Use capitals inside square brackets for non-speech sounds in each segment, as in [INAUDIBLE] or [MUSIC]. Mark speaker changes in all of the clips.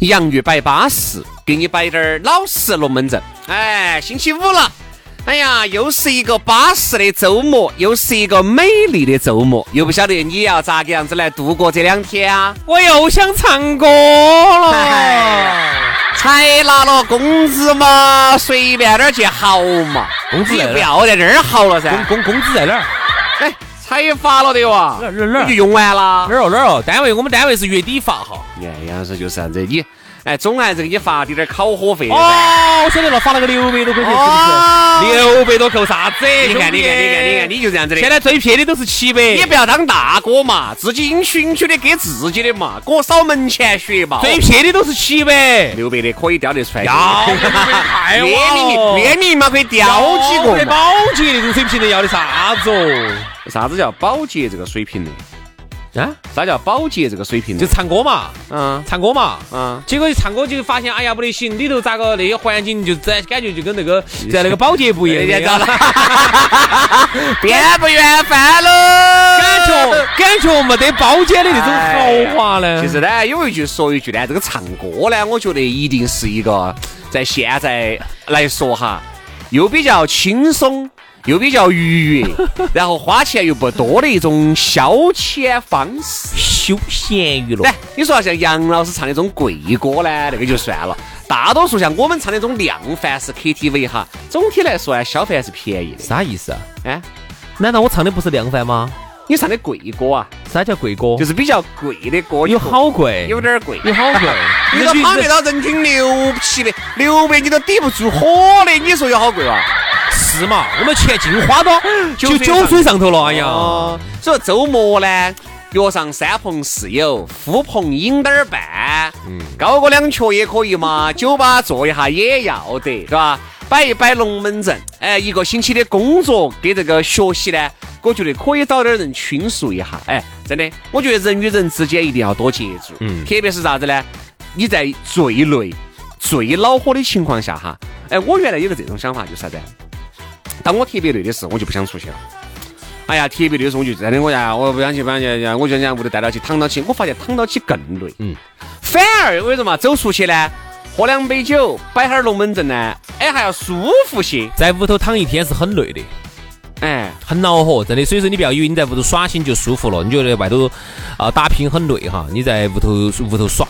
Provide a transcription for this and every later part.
Speaker 1: 洋芋摆巴适，给你摆点儿老实龙门阵。哎，星期五了，哎呀，又是一个巴适的周末，又是一个美丽的周末，又不晓得你要咋个样子来度过这两天啊？我又想唱歌了，哎才拿了工资嘛，随便哪儿去豪嘛，
Speaker 2: 工资
Speaker 1: 你
Speaker 2: 来了
Speaker 1: 不要在这儿豪了噻，
Speaker 2: 工工资在哪儿？
Speaker 1: 哎，才发了的哇，
Speaker 2: [LAUGHS] 哪儿哪儿哪儿
Speaker 1: 你就用完了
Speaker 2: 哪。儿哦哪儿哦？单位我们单位是月底发哈。
Speaker 1: 你看杨老师就是啥子，你哎，总还是给你发点点烤火费的噻。
Speaker 2: 哦，我晓得了，发了个六百多块钱，
Speaker 1: 哦
Speaker 2: 是不是？六百多够啥子？
Speaker 1: 你看，你看，你看，你看，
Speaker 2: 你
Speaker 1: 你就这样子的。
Speaker 2: 现在最便宜的都是七百，
Speaker 1: 你不要当大哥嘛，自己应许应许的给自己的嘛，哥扫门前雪嘛。
Speaker 2: 最便宜的都是七百。
Speaker 1: 六百的可以叼得出来，
Speaker 2: 要太
Speaker 1: 列
Speaker 2: 哇
Speaker 1: 宁
Speaker 2: 了
Speaker 1: 列宁嘛可以叼几
Speaker 2: 要
Speaker 1: 个
Speaker 2: 得
Speaker 1: 嘛。
Speaker 2: 保洁那种水平的要的啥子哦？
Speaker 1: 啥子叫保洁这个水平的？
Speaker 2: 啊，
Speaker 1: 啥叫保洁这个水平
Speaker 2: 就
Speaker 1: 的？
Speaker 2: 唱歌嘛，
Speaker 1: 嗯
Speaker 2: 唱歌嘛。
Speaker 1: 嗯，
Speaker 2: 结果一唱歌就发现，哎呀，不得行，里头咋个那些环境就在感觉就跟那个在那个保洁不一样的
Speaker 1: [LAUGHS] 边不缘饭喽。
Speaker 2: 感觉哎感觉没得包间的那种豪华呢。
Speaker 1: 其实呢，有一句说一句呢，这个唱歌呢，我觉得一定是一个在现在来说哈，又比较轻松，又比较愉
Speaker 2: [LAUGHS]
Speaker 1: 悦，然后花钱又不多的一种消遣方式。
Speaker 2: 休闲娱乐
Speaker 1: 来，你说像杨老师唱那种贵歌呢，那个就算了。大多数像我们唱那种量贩式 KTV 哈，总体来说啊，消费还是便宜的。
Speaker 2: 啥意思啊？
Speaker 1: 哎，
Speaker 2: 难道我唱的不是量贩吗？
Speaker 1: 你唱的贵歌啊，
Speaker 2: 啥叫贵哥？
Speaker 1: 就是比较贵的歌，
Speaker 2: 有好贵，
Speaker 1: 有点儿贵，。
Speaker 2: 有 [LAUGHS] 好贵
Speaker 1: 你都
Speaker 2: 人
Speaker 1: 跑得
Speaker 2: 家
Speaker 1: 到人均六七的，六百你都抵不住火的，你说有好贵哇？
Speaker 2: 是嘛？我们钱净花到就酒水上头了。哎呀，
Speaker 1: 哦，所以周末呢，约上三朋四友，呼朋引点儿伴，高歌两曲也可以嘛，酒吧坐一下也要得，是吧？摆一摆龙门阵，哎，一个星期的工作跟这个学习呢，我觉得可以找点人倾诉一下，哎，真的，我觉得人与人之间一定要多接触，
Speaker 2: 嗯
Speaker 1: 特别是啥子呢？你在最累、最恼火的情况下哈，哎，我原来有个这种想法，就是啥子？当我特别累的时候，我就不想出去了。哎呀，特别累的时候，我就真的我呀，我不想去，不想去，我就想屋头待到起，躺到起。我发现躺到起更累。嗯，反而我跟你说嘛，走出去呢，喝两杯酒，摆哈儿龙门阵呢，哎，还要舒服些。
Speaker 2: 在屋头躺一天是很累的。
Speaker 1: 哎，
Speaker 2: 很恼火，真的。所以说你不要以为你在屋头耍心就舒服了，你觉得外头啊、打拼很累哈，你在屋头屋头耍，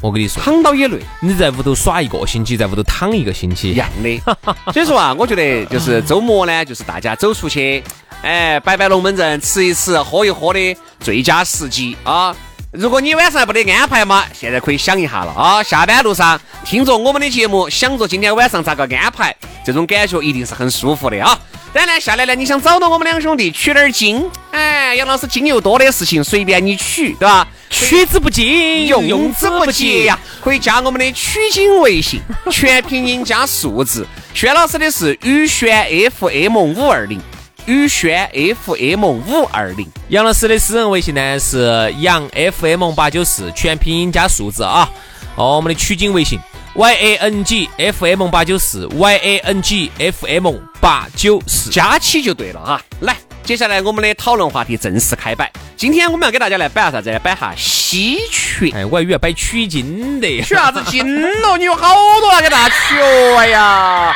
Speaker 2: 我跟你说，
Speaker 1: 躺到也累，
Speaker 2: 你在屋头耍一个星期，在屋头躺一个星期
Speaker 1: 一，样的。 [LAUGHS] 所以说啊，我觉得就是周末呢，就是大家走出去，哎，摆摆龙门阵，吃一吃，喝一喝的最佳时机啊。如果你晚上还不得安排嘛，现在可以想一下了啊！下班路上听着我们的节目，想着今天晚上咋个安排，这种感觉一定是很舒服的啊！当然呢，下来呢，你想找到我们两兄弟取点儿经，哎，杨老师经又多的事情，随便你取，对吧？
Speaker 2: 取之不尽，
Speaker 1: 用之不竭呀、。可以加我们的取经微信，全拼音加数字。轩老师的是宇轩 FM 五二零，宇轩 FM 五二零。
Speaker 2: 杨老师的私人微信呢是杨 FM 八九四，全拼音加数字啊。哦，我们的取经微信 Y A N G F M 八九四 Y A N G F M 八九四。
Speaker 1: 加起就对了哈。来，接下来我们的讨论话题正式开摆。今天我们要给大家来摆下啥子呢？摆下稀缺。
Speaker 2: 哎，我还以为要摆取经的。
Speaker 1: 取啥子经咯？你有好多要给大家取哦！哎呀，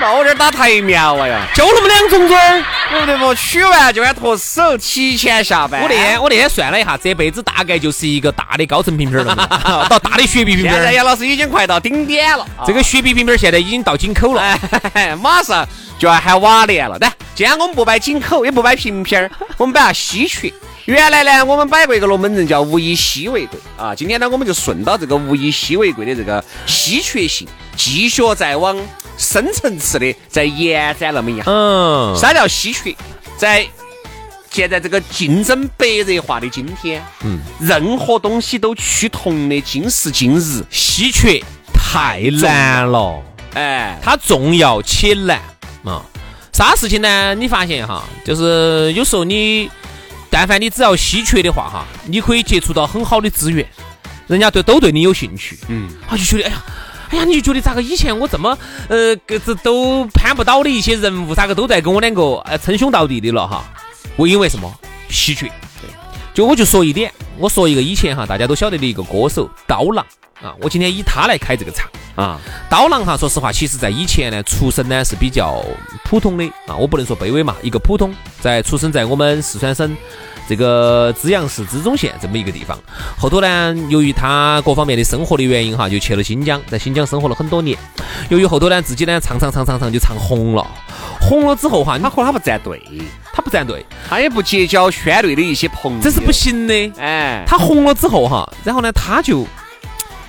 Speaker 1: 闹点打台苗啊呀，
Speaker 2: 就那么两种种儿。
Speaker 1: 对不对嘛？取完就该脱手，提前下班。
Speaker 2: 我那天我那天算了一下，这辈子大概就是一个大的高层瓶瓶儿 [LAUGHS] 了，到大的雪碧瓶瓶
Speaker 1: 现在
Speaker 2: 儿。
Speaker 1: 杨老师已经快到顶点了，
Speaker 2: 这个雪碧瓶瓶儿现在已经到井口了。
Speaker 1: 哎，马上就要喊瓦联了。但今天我们不摆井口，也不摆瓶瓶儿，我们摆下稀缺。原来呢，我们摆过一个龙门阵叫“物以稀为贵”啊。今天呢，我们就顺到这个“物以稀为贵”的这个稀缺性，继续再往深层次的再延展那么一下。
Speaker 2: 嗯，
Speaker 1: 啥叫稀缺？在现在这个竞争白热化的今天，嗯，任何东西都趋同的今时今日，
Speaker 2: 稀缺太难了，
Speaker 1: 哎，
Speaker 2: 它重要且难啊。啥事情呢？你发现哈，就是有时候你，但凡你只要稀缺的话哈，你可以接触到很好的资源，人家对都对你有兴趣。
Speaker 1: 嗯，
Speaker 2: 他就觉得哎呀。哎呀，你就觉得咋个以前我这么呃，个这都攀不到的一些人物，咋个都在跟我两个呃称兄道弟的了哈？我因为什么稀缺？就我就说一点，我说一个以前哈大家都晓得的一个歌手刀郎啊，我今天以他来开这个场
Speaker 1: 啊。
Speaker 2: 刀郎哈，说实话，其实在以前呢，出身呢是比较普通的啊，我不能说卑微嘛，一个普通，在出生在我们四川省这个资阳市资中县这么一个地方。后头呢，由于他各方面的生活的原因哈，就去了新疆，在新疆生活了很多年。由于后头呢，自己呢唱唱唱唱唱就唱红了，红了之后哈，
Speaker 1: 他
Speaker 2: 他
Speaker 1: 可能他不站队，
Speaker 2: 他不站队，
Speaker 1: 他也不结交圈内的一些朋友，
Speaker 2: 这是不。行的。
Speaker 1: 哎，
Speaker 2: 他红了之后哈，然后呢，他就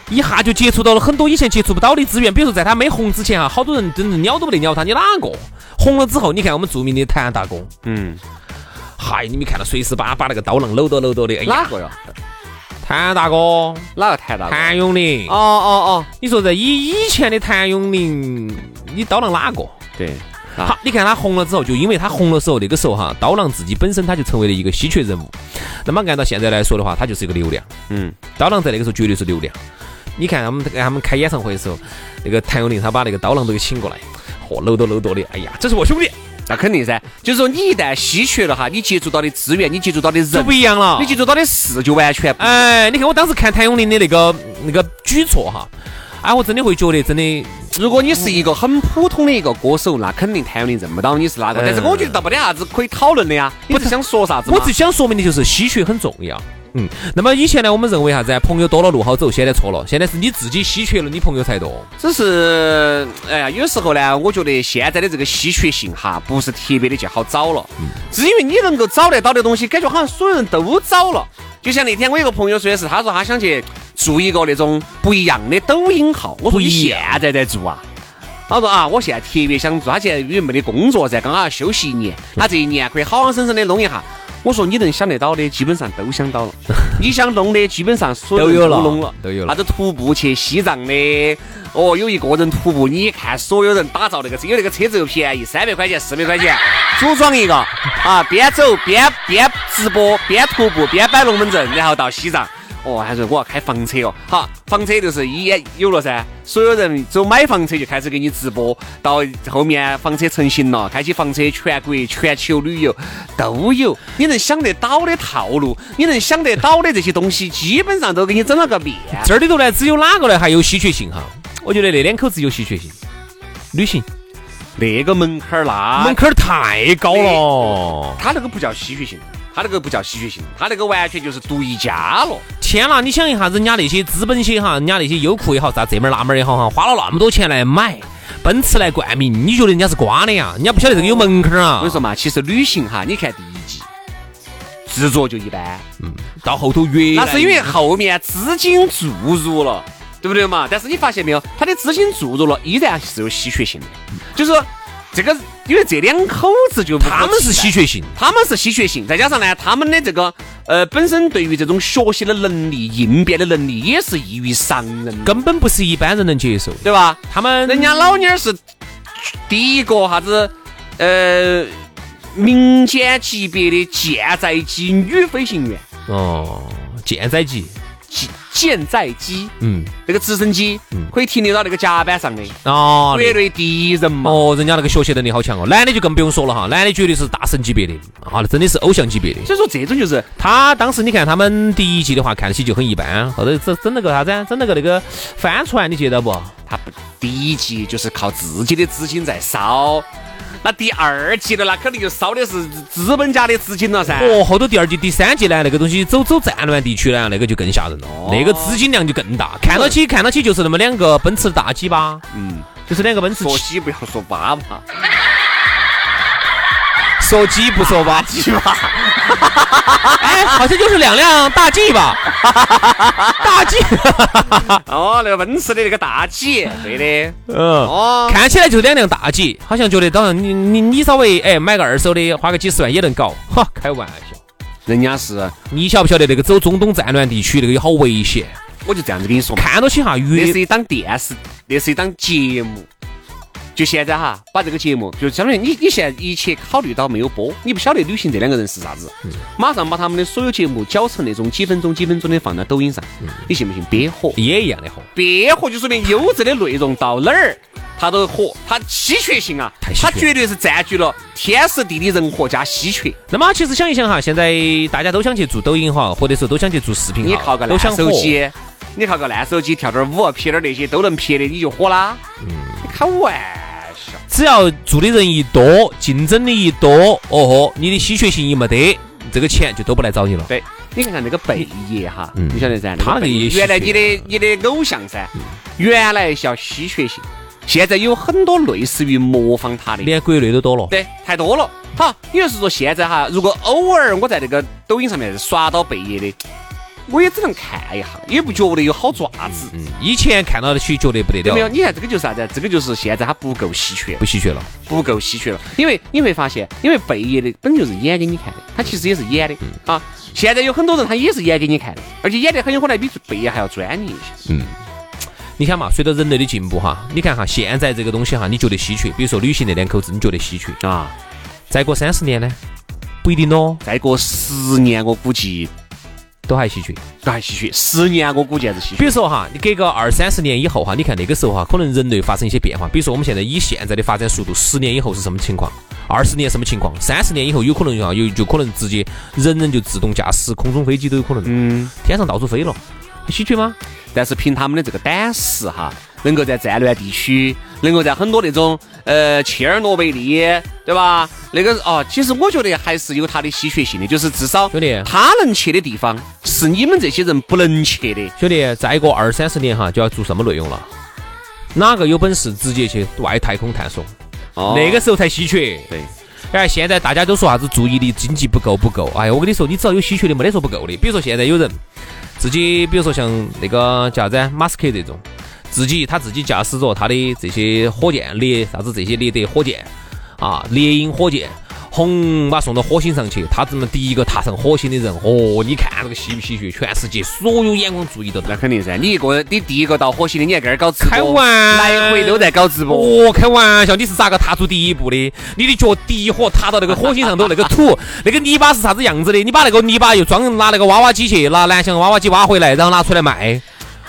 Speaker 2: 一下就接触到了很多以前接触不到的资源，比如说在他没红之前哈，好多人真是鸟都没得鸟他，你哪个？红了之后，你看我们著名的谭大哥，
Speaker 1: 嗯，
Speaker 2: 嗨，你没看到随时把把那个刀郎搂到搂到的，哎呀，
Speaker 1: 哪个呀？
Speaker 2: 谭大哥，
Speaker 1: 哪个谭大哥？
Speaker 2: 谭咏麟
Speaker 1: 哦，哦哦，
Speaker 2: 你说这以以前的谭咏麟，你刀郎哪个？
Speaker 1: 对，啊
Speaker 2: 好，你看他红了之后，就因为他红了之后，那个时候哈，刀郎自己本身他就成为了一个稀缺人物。那么按照现在来说的话，他就是一个流量。
Speaker 1: 嗯，
Speaker 2: 刀郎在那个时候绝对是流量。你看他们他们开演唱会的时候，那个谭咏麟他把那个刀郎都给请过来，嚯，搂到搂到的，哎呀，这是我兄弟，
Speaker 1: 那肯定噻。就是说，你一旦稀缺了哈，你接触到的资源，你接触到的
Speaker 2: 这
Speaker 1: 人
Speaker 2: 不，一样了
Speaker 1: 你。接触到的事就完全不一样。
Speaker 2: 哎，你看我当时看谭咏麟的那个那个举措哈，哎，我真的会觉得真的
Speaker 1: 如果你是一个很普通的一个歌手，那肯定谭咏麟认不到你是哪个。但是我觉得倒没得啥子可以讨论的呀。你是想说啥子嘛
Speaker 2: 我只想说明的就是稀缺很重要。嗯，那么以前呢，我们认为啥子啊？朋友多了路好走，现在错了，现在是你自己稀缺了，你朋友才多。
Speaker 1: 只是，哎呀，有时候呢，我觉得现在的这个稀缺性哈，不是特别的就好找了，
Speaker 2: 嗯
Speaker 1: 是因为你能够找得到的东西，感觉好像所有人都找了。就像那天我有个朋友说的是，他说他想去做一个那种不一样的抖音号，我说
Speaker 2: 不
Speaker 1: 你
Speaker 2: 一
Speaker 1: 现
Speaker 2: 样
Speaker 1: 在在做啊？他说啊，我现在特别想做，他现在因为没得工作噻，刚好要休息一年，他这一年可以好好生生的弄一下。我说你能想得到的，基本上都想
Speaker 2: [LAUGHS]
Speaker 1: 到了；你想弄的，基本上所有人
Speaker 2: 都有了
Speaker 1: 弄了，啊
Speaker 2: 都有了
Speaker 1: 啥子徒步去西藏的，哦，有一个人徒步，你看所有人打造那个车，有那个车子又便宜，三百块钱、四百块钱，组装一个啊，边走边边直播，边徒步边摆龙门阵，然后到西藏。哦，还是我要开房车哦，好，房车就是一眼有了噻，所有人走买房车就开始给你直播，到后面房车成型了，开启房车全国、全球旅游都有，你能想得到的套路，你能想得到的这些东西，基本上都给你整了个啊遍。
Speaker 2: 这里头呢，只有哪个呢还有稀缺性哈？我觉得那两口子有稀缺性，旅行
Speaker 1: 那个门槛儿那
Speaker 2: 门槛儿太高了。
Speaker 1: 他那个不叫稀缺性，他那个不叫稀缺性，他那个完全就是独一家了。
Speaker 2: 天啦，你想一下，人家那些资本些哈，人家那些优酷也好，啥这门儿那门儿也好哈，花了那么多钱来买奔驰来冠名，你觉得人家是瓜的啊呀？人家不晓得这个有门槛儿啊。
Speaker 1: 我跟你说嘛，其实旅行哈，你看第一季制作就一般，
Speaker 2: 到后头越
Speaker 1: 那
Speaker 2: 来
Speaker 1: 是因
Speaker 2: 越
Speaker 1: 为后面资金注入了，对不对嘛？但是你发现没有，它的资金注入了，依然是有稀缺性的，就是说这个，因为这两口子就不可
Speaker 2: 他们是
Speaker 1: 替代
Speaker 2: 稀缺性。
Speaker 1: 他们是稀缺性，再加上呢，他们的这个呃本身对于这种学习的能力、应变的能力也是异于常人的，
Speaker 2: 根本不是一般人能接受的。
Speaker 1: 对吧？
Speaker 2: 他们
Speaker 1: 人家老妞儿是第一个啥子呃民间级别的舰载机女飞行员，
Speaker 2: 哦，舰载机，
Speaker 1: 舰舰载机
Speaker 2: 嗯，
Speaker 1: 那个直升机可以停留到那个甲板上的
Speaker 2: 哦，
Speaker 1: 国
Speaker 2: 那
Speaker 1: 内第一人嘛。
Speaker 2: 哦，人家那个学习能力好强哦，男的就更不用说了哈，男的绝对是大神级别的啊，真的是偶像级别的。
Speaker 1: 所以说这种就是
Speaker 2: 他当时你看他们第一季的话，看起就很一般，后头整整了个啥子啊，整了个那个帆船，你记得不？
Speaker 1: 他不第一级就是靠自己的资金在烧，那第二级的那肯定就烧的是资本家的资金了噻。
Speaker 2: 哦，后头第二季、第三季呢，那个东西走走战乱地区呢，那个就更吓人了，那个资金量就更大。看到起，看到起就是那么两个奔驰的大鸡巴，
Speaker 1: 嗯，
Speaker 2: 就是两个奔驰
Speaker 1: 说鸡不要说八嘛，
Speaker 2: 说鸡不说吧，
Speaker 1: 鸡吧，
Speaker 2: [LAUGHS] 哎，好像就是两辆大 G 吧，大 G，
Speaker 1: 哦，那个奔驰的那个大 G，对的，
Speaker 2: [LAUGHS] 嗯，
Speaker 1: 哦，
Speaker 2: 看起来就是两辆大 G，好像觉得当然你你你稍微哎买个二手的，花个几十万也能搞，哈，开玩笑。
Speaker 1: 人家是，
Speaker 2: 你晓不晓得那个走中东战乱地区那个有好危险？
Speaker 1: 我就这样子跟你说嘛，
Speaker 2: 看到起哈，
Speaker 1: 哦那
Speaker 2: 越
Speaker 1: 是一档电视，那是一档节目。就现在哈，把这个节目，就相当于你你现在一切考虑到没有播，你不晓得旅行这两个人是啥子，
Speaker 2: 嗯
Speaker 1: 马上把他们的所有节目搅成那种几分钟几分钟的放到抖音上，
Speaker 2: 嗯
Speaker 1: 你信不信？憋火，
Speaker 2: 也一样的好。
Speaker 1: 憋火就说明优质的内容到哪儿它都火，它稀缺性啊
Speaker 2: 太稀，缺
Speaker 1: 它绝对是占据了天时地利人和加稀缺。
Speaker 2: 那么其实想一想哈，现在大家都想去做抖音哈，或者说都想去做视频哈，
Speaker 1: 你靠个
Speaker 2: 都
Speaker 1: 烂
Speaker 2: 想
Speaker 1: 手
Speaker 2: 火
Speaker 1: 机，你靠个烂手机跳点儿舞，啊撇点儿那些都能撇的，你就火啦。
Speaker 2: 嗯
Speaker 1: 你开玩笑。
Speaker 2: 只要做的人一多，竞争力一多，哦吼，你的稀缺性一没得，这个钱就都不来找你了。
Speaker 1: 对，你看看那个贝爷哈，
Speaker 2: 嗯
Speaker 1: 你晓得噻？
Speaker 2: 他
Speaker 1: 那
Speaker 2: 那
Speaker 1: 个
Speaker 2: 个也
Speaker 1: 贝
Speaker 2: 稀
Speaker 1: 爷原来你
Speaker 2: 缺
Speaker 1: 的你的偶像噻，原来叫稀缺性，现在有很多类似于模仿他的，
Speaker 2: 连国内都多了。
Speaker 1: 对，太多了。好，也就是说现在哈，如果偶尔我在那个抖音上面刷到贝爷的，我也只能看一下，也不觉得有好爪子，
Speaker 2: 嗯，以前看到的起觉得不得
Speaker 1: 有没有？
Speaker 2: 了，
Speaker 1: 你看这个就是啥子？这个就是现在它不够稀缺，
Speaker 2: 不稀缺了。
Speaker 1: 不够稀缺了。因为你会发现，因为贝爷的本就是演给你看的，他其实也是演的啊。现在有很多人他也是演给你看的，而且演得很有可能比贝爷还要专业一些。
Speaker 2: 你想嘛，随着人类的进步哈，你看哈，现在这个东西哈，你觉得稀缺，比如说旅行那两口子，你觉得稀缺，
Speaker 1: 啊，
Speaker 2: 再过三十年呢，不一定咯，
Speaker 1: 再过十年我估计
Speaker 2: 都还稀缺。
Speaker 1: 都还稀缺，十年我估计还是稀
Speaker 2: 比
Speaker 1: 缺。
Speaker 2: 如说哈，你隔个二三十年以后哈，你看那个时候哈，可能人类发生一些变化。比如说我们现在以现在的发展速度，十年以后是什么情况？二十年什么情况？三十年以后有可能啊，有就可能直接人人就自动驾驶，空中飞机都有可能，
Speaker 1: 嗯，
Speaker 2: 天上到处飞了，稀缺吗？
Speaker 1: 但是凭他们的这个胆识哈，能够在战乱地区，能够在很多那种呃切尔诺贝利，对吧？那个哦，其实我觉得还是有它的稀缺性的，就是至少
Speaker 2: 兄弟
Speaker 1: 他能去的地方是你们这些人不能去的。
Speaker 2: 兄弟，再过二三十年哈，就要做什么内容了？哪个有本事直接去外太空探索？
Speaker 1: 哦
Speaker 2: 那个时候才稀缺。
Speaker 1: 对。
Speaker 2: 哎，现在大家都说啥子注意力经济不够不够，哎呀，我跟你说，你只要有稀缺的，没得说不够的。比如说现在有人自己，比如说像那个叫啥子马斯克这种，自己他自己驾驶着他的这些火箭猎啥子这些猎德火箭啊，猎鹰火箭，轰把它送到火星上去，他这么第一个踏上火星的人，哦，你看这个稀不稀缺？全世界所有眼光注意到他
Speaker 1: 那。肯定噻，你一个你第一个到火星的，你还跟那儿搞直播，
Speaker 2: 开玩
Speaker 1: 来回都在搞直播。
Speaker 2: 哦，开玩笑，你是咋个踏出第一步的？你的脚第一火踏到那个火星上头，那个 [LAUGHS] 土，那个泥巴是啥子样子的？你把那个泥巴又装拿那个挖挖机去，拿南翔挖挖机挖回来，然后拿出来卖，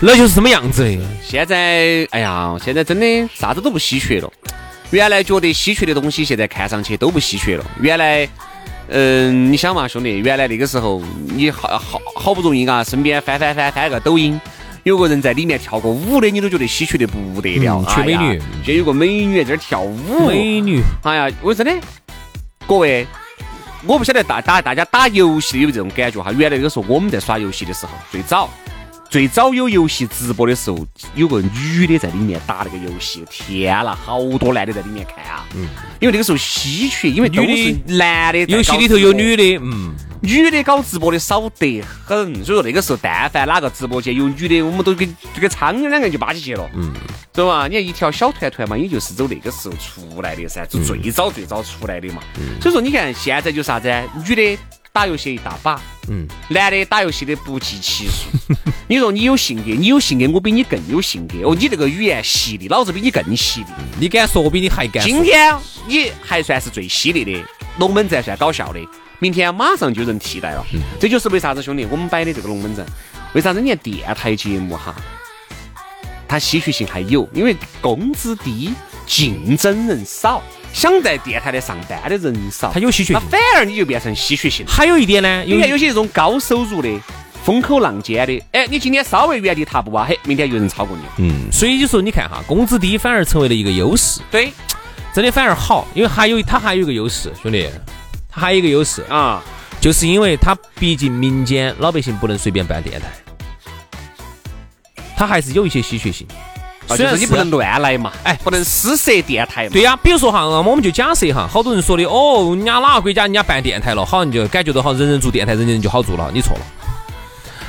Speaker 2: 那就是什么样子的？
Speaker 1: 现在，哎呀，现在真的啥子都不稀缺了。原来觉得稀缺的东西，现在看上去都不稀缺了。原来，嗯，你想嘛，兄弟，原来那个时候，你好好好不容易啊，身边翻翻翻翻个抖音，有个人在里面跳个舞的，你都觉得稀缺的不得了
Speaker 2: 嗯。缺美女
Speaker 1: 哎呀现在有个美女在这儿跳舞，
Speaker 2: 美女，
Speaker 1: 哎呀，我真的，各位，我不晓得大大大家打游戏有没有这种感觉哈？原来那个时候我们在耍游戏的时候，最早最早有游戏直播的时候，有个女的在里面打那个游戏，天啦，好多男的在里面看啊。嗯。因为那个时候稀缺，因为都是
Speaker 2: 女的
Speaker 1: 男的在搞直播，
Speaker 2: 游戏里头有女的，嗯，
Speaker 1: 女的搞直播的少得很，所以说那个时候，但凡哪个直播间有女的，我们都跟就跟苍蝇两个就巴起去了，嗯，知道嘛？你看一条小团团嘛，也就是走那个时候出来的噻，就最早最早出来的嘛。所以说，你看现在就啥子，啊女的打游戏一大把，
Speaker 2: 嗯，
Speaker 1: 男的打游戏的不计其数。 [LAUGHS] 你说你有性格，你有性格，我比你更有性格。哦，你这个语言犀利，老子比你更犀利。
Speaker 2: 你敢说我比你还敢
Speaker 1: 今
Speaker 2: 说？
Speaker 1: 天你还算是最犀利的，龙门阵算搞笑的，明天马上就有人替代了。
Speaker 2: 嗯
Speaker 1: 这就是为啥子兄弟我们摆的这个龙门阵，为啥子你看电台节目哈，它稀缺性还有，因为工资低，竞争人少，想在电台里上班的人少，
Speaker 2: 它有稀缺
Speaker 1: 那
Speaker 2: 性。
Speaker 1: 反而你就变成稀缺性了。
Speaker 2: 还有一点呢，有
Speaker 1: 你看有
Speaker 2: 一
Speaker 1: 些这种高收入的，风口浪尖的。哎，你今天稍微原地踏步啊，嘿，明天有人超过你了。
Speaker 2: 嗯，所以就说你看哈，工资低反而成为了一个优势，
Speaker 1: 对
Speaker 2: 真的反而好，因为还有它还有一个优势，兄弟，它还有一个优势，
Speaker 1: 啊，
Speaker 2: 就是因为它毕竟民间老百姓不能随便办电台，它还是有一些稀缺性。
Speaker 1: 啊
Speaker 2: 虽
Speaker 1: 就
Speaker 2: 然
Speaker 1: 是你不能乱来嘛，
Speaker 2: 哎
Speaker 1: 不能施设电台嘛。
Speaker 2: 对呀、比如说哈，那么我们就假设哈，好多人说的哦，人家哪个国家人家办电台了，好像就感觉到好像人人做电台，人人就好做了，你错了。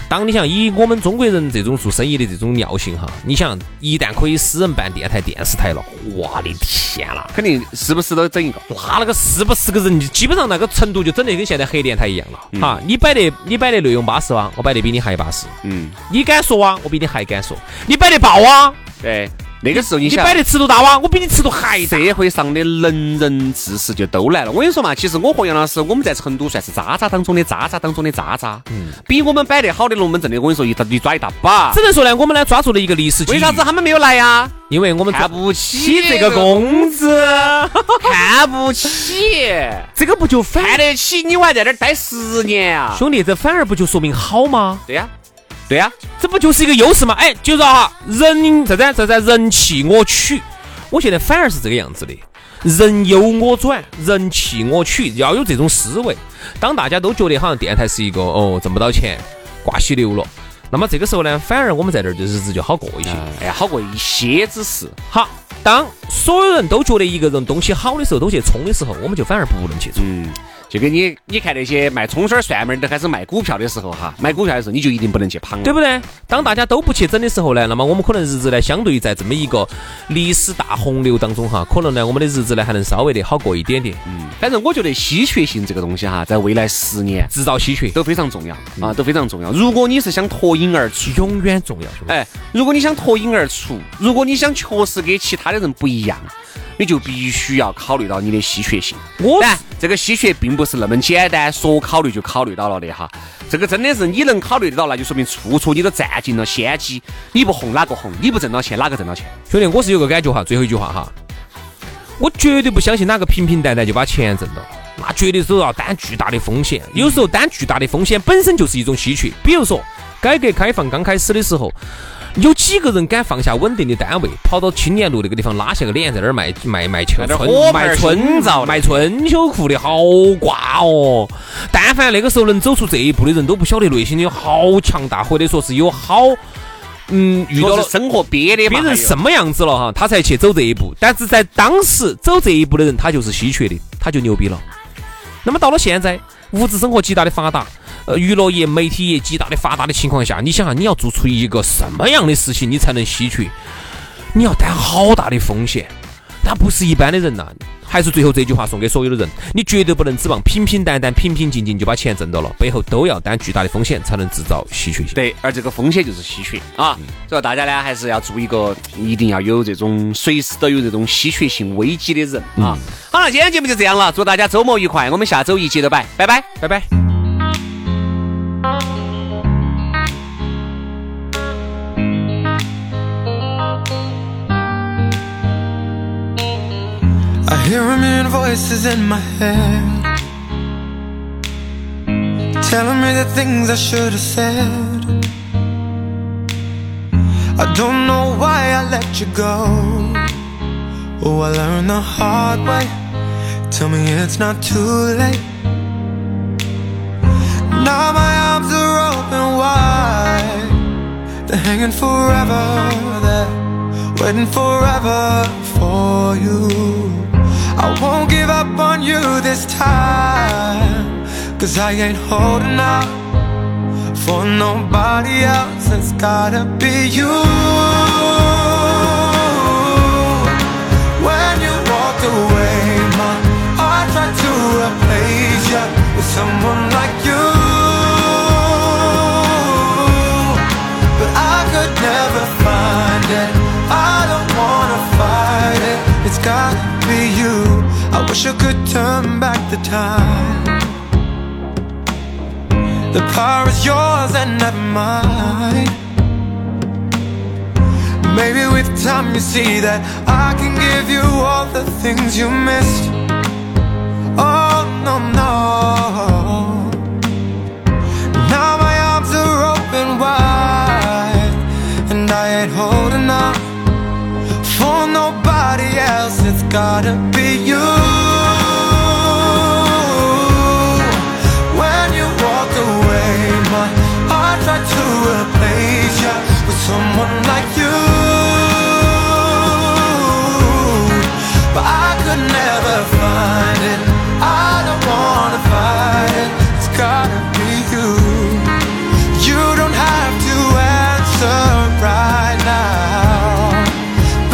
Speaker 2: 当你想以我们中国人这种做生意的这种尿性哈，你想一旦可以私人办电台、电视台了，我的天啦！
Speaker 1: 肯定时不时都整一个。
Speaker 2: 那那个是不是个人，基本上那个程度就整得跟现在黑电台一样了、哈。你摆的你摆的内容巴适啊哇，我摆的比你还巴适；
Speaker 1: 嗯，
Speaker 2: 你敢说哇，我比你还敢说；你摆的爆哇，
Speaker 1: 对，哎那个时候你
Speaker 2: 你
Speaker 1: 想
Speaker 2: 摆。的尺度大哇，我比你尺度还大。
Speaker 1: 社会上的能人志士就都来了。我跟你说嘛，其实我和杨老师，我们在成都算是渣渣当中的渣渣当中的渣渣。嗯，比我们摆得好的龙门阵的，我跟你说，一大一抓一大把
Speaker 2: 只。能说呢，我们呢抓住了一个历史机
Speaker 1: 啊
Speaker 2: 遇。
Speaker 1: 为啥子他们没有来呀？
Speaker 2: 因为我们
Speaker 1: 看
Speaker 2: 抓
Speaker 1: 不起
Speaker 2: 这个工资，
Speaker 1: 看不起，
Speaker 2: 这个不就反
Speaker 1: 看得起你，我还在这儿待十年啊！
Speaker 2: 兄弟，这反而不就说明好吗？
Speaker 1: 对呀、对呀、
Speaker 2: 这不就是一个优势吗？哎，就是啊，人啥子啥子人气我取，我现在反而是这个样子的。人由我转，人气我取，要有这种思维。当大家都觉得好像电台是一个哦挣不到钱、挂稀流了，那么这个时候呢，反而我们在这儿的日子就好过一些。
Speaker 1: 哎呀，好过一些之事。
Speaker 2: 好，当所有人都觉得一个人东西好的时候，都去冲的时候，我们就反而不能去冲。
Speaker 1: 嗯，就跟你你看那些卖葱丝儿、蒜苗儿的，还是卖股票的时候哈，买股票的时候你就一定不能去捧，
Speaker 2: 对不对？当大家都不去整的时候呢，那么我们可能日子呢，相对于在这么一个历史大洪流当中哈，可能呢，我们的日子呢还能稍微的好过一点嗯点，
Speaker 1: 反嗯正我觉得稀缺性这个东西哈，在未来十年
Speaker 2: 制造稀缺
Speaker 1: 都非常重要
Speaker 2: 嗯
Speaker 1: 啊，都非常重要。如果你是想脱颖而出，
Speaker 2: 永远重要，兄弟。
Speaker 1: 哎，如果你想脱颖而出，如果你想确实跟其他的人不一样，你就必须要考虑到你的稀缺性。
Speaker 2: 哎我
Speaker 1: 但这个稀缺并不是那么简单，说考虑就考虑到了的哈。这个真的是你能考虑得到，那就说明处处你都占尽了先机。你不红哪个红？你不挣到钱哪个挣到钱？
Speaker 2: 兄弟，我是有个感觉哈，最后一句话哈，我绝对不相信哪个平平淡淡就把钱挣到，那绝对是要担巨大的风险。有时候担巨大的风险本身就是一种稀缺，比如说改革开放刚开始的时候。有几个人敢放下稳定的单位，跑到青年路那个地方拉下个脸，在那儿卖卖卖秋
Speaker 1: 卖点火
Speaker 2: 春、
Speaker 1: 盆
Speaker 2: 卖
Speaker 1: 儿
Speaker 2: 春
Speaker 1: 胸罩
Speaker 2: 皂、
Speaker 1: 的
Speaker 2: 卖春秋裤的好挂哦！但凡那个时候能走出这一步的人，都不晓得内心有好强大，或者说是有好嗯遇到
Speaker 1: 说
Speaker 2: 了
Speaker 1: 是生活憋的嘛，
Speaker 2: 别人
Speaker 1: 还有
Speaker 2: 什么样子了哈，他才去走这一步。但是在当时走这一步的人，他就是稀缺的，他就牛逼了。那么到了现在，物质生活极大的发达，呃，娱乐业、媒体业极大的发达的情况下，你想啊，你要做出一个什么样的事情，你才能稀缺？你要担好大的风险，那不是一般的人呐、还是最后这句话送给所有的人：你绝对不能指望平平淡淡、平平静静就把钱挣到了，背后都要担巨大的风险，才能制造稀缺性。
Speaker 1: 对，而这个风险就是稀缺啊，
Speaker 2: 嗯
Speaker 1: 所以大家呢还是要做一个一定要有这种随时都有这种稀缺性危机的人
Speaker 2: 嗯
Speaker 1: 啊。好了，今天节目就这样了，祝大家周末愉快，我们下周一接着摆，拜拜。
Speaker 2: 拜拜。
Speaker 3: I hear a million voices in my head Telling me the things I should have said I don't know why I let you go Oh, I learned the hard way Tell me it's not too late Now my arms are open wide They're hanging forever there waiting forever for you. I won't give up on you this time, cause I ain't holding out for nobody else. It's gotta be you. When you walked away, my heart tried to replace you with someone like you but I could never find it. I don't wanna fight it. It's gotta be you. I wish I could turn back the time. The power is yours and not mine. Maybe with time you see that I can give you all the things you missed. Oh no no. Now my arms are open gotta be you. When you walked away, my heart tried to replace you with someone like you. But I could never find it. I don't wanna fight it. It's gotta be you. You don't have to answer right now.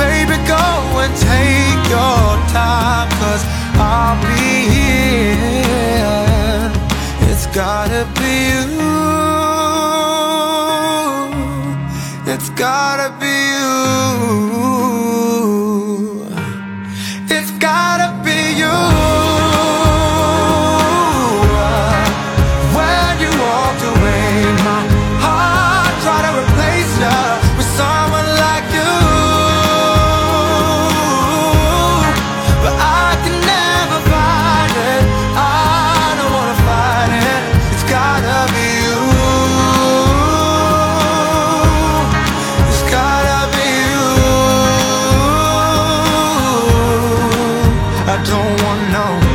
Speaker 3: Baby, go and take your time, cause I'll be here. It's gotta be you. It's gotta be you. It's gotta be you. When you walked away, my heart tried to replace you with someone like you. But I can never find it. I don't wanna find it. It's gotta be you. It's gotta be you. I don't want no. Oh,